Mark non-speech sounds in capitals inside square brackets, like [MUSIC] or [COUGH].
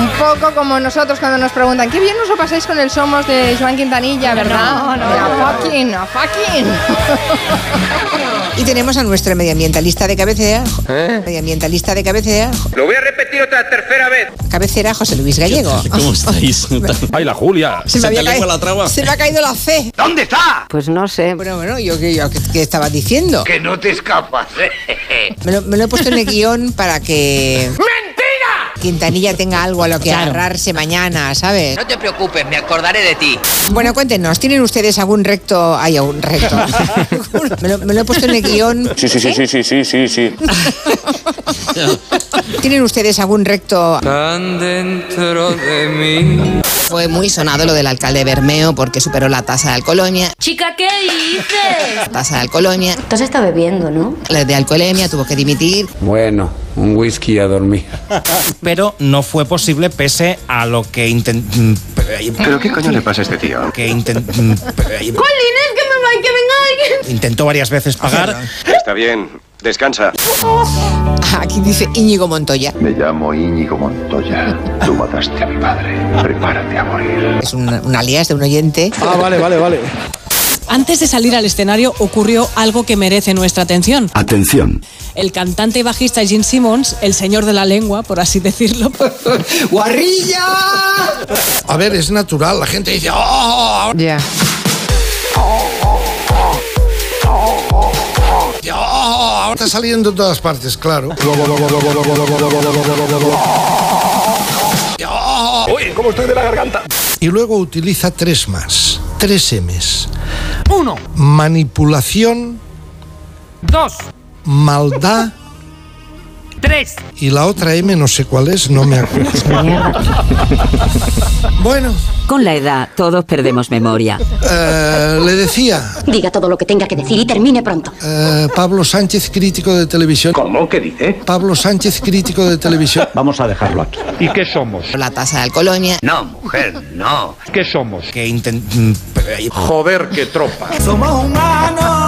Un poco como nosotros cuando nos preguntan, qué bien os lo pasáis con el Somos de Joan Quintanilla, ¿verdad? No, no, Mira, fucking, [LAUGHS] no, fucking. Y tenemos a nuestro medioambientalista de cabecera, jo- ¿Eh? medioambientalista de cabecera, jo- Lo voy a repetir otra tercera vez. cabecera José Luis Gallego. ¿Cómo [LAUGHS] estáis? ¡Ay, la Julia! Se te caído lengua la traba. se me ha caído la fe. ¿Dónde está? Pues no Eh. sé. Bueno, bueno, yo qué yo, qué- qué estaba diciendo. Que no te escapas. Me lo, me lo he puesto en el guión para que. ¡Mentira! Quintanilla tenga algo a lo que agarrarse mañana, ¿sabes? No te preocupes, me acordaré de ti. Bueno, cuéntenos, ¿tienen ustedes algún recto? Hay un [LAUGHS] recto. me, lo, me lo he puesto en el guión. Sí, sí, sí, sí, sí, sí, sí, sí. [LAUGHS] ¿Tienen ustedes algún recto? Tan dentro de mí. Fue muy sonado lo del alcalde Bermeo porque superó la tasa de alcoholemia, Chica, ¿qué dices? tasa de alcoholemia, Tú has estado bebiendo, ¿no? la de alcoholemia tuvo que dimitir. Bueno, un whisky a dormir. Pero no fue posible pese a lo que inten- mm, ¿Pero qué coño le pasa a este tío? que inten- mm, [LAUGHS] intentó varias veces pagar. Está bien, descansa. Ah, Aquí dice Íñigo Montoya. Me llamo Íñigo Montoya. Tú mataste a mi padre. Prepárate a morir. Es un, un alias de un oyente. Ah, vale, vale, vale. Antes de salir al escenario ocurrió algo que merece nuestra atención. Atención. El cantante y bajista Gene Simmons, el señor de la lengua, por así decirlo, ¡Guarrilla! A ver, es natural. La gente dice, ¡oh! Ya. ¡oh! Ahora está saliendo en todas partes, claro. Uy, ¿cómo estoy de la garganta? Y luego utiliza tres más. Tres M's. Uno. Manipulación. Dos, Maldad. [LAUGHS] tres. Y la otra M no sé cuál es, no me acuerdo. [LAUGHS] Bueno, Con la edad todos perdemos memoria. eh, le decía Diga todo lo que tenga que decir y termine pronto. eh, Pablo Sánchez, crítico de televisión. ¿Cómo? ¿Qué dice? Pablo Sánchez, crítico de televisión. Vamos a dejarlo aquí. ¿Y qué somos? La tasa de alcoholemia, No, mujer, no. ¿Qué somos? Que inten- mm, Joder, qué tropa. Somos humanos.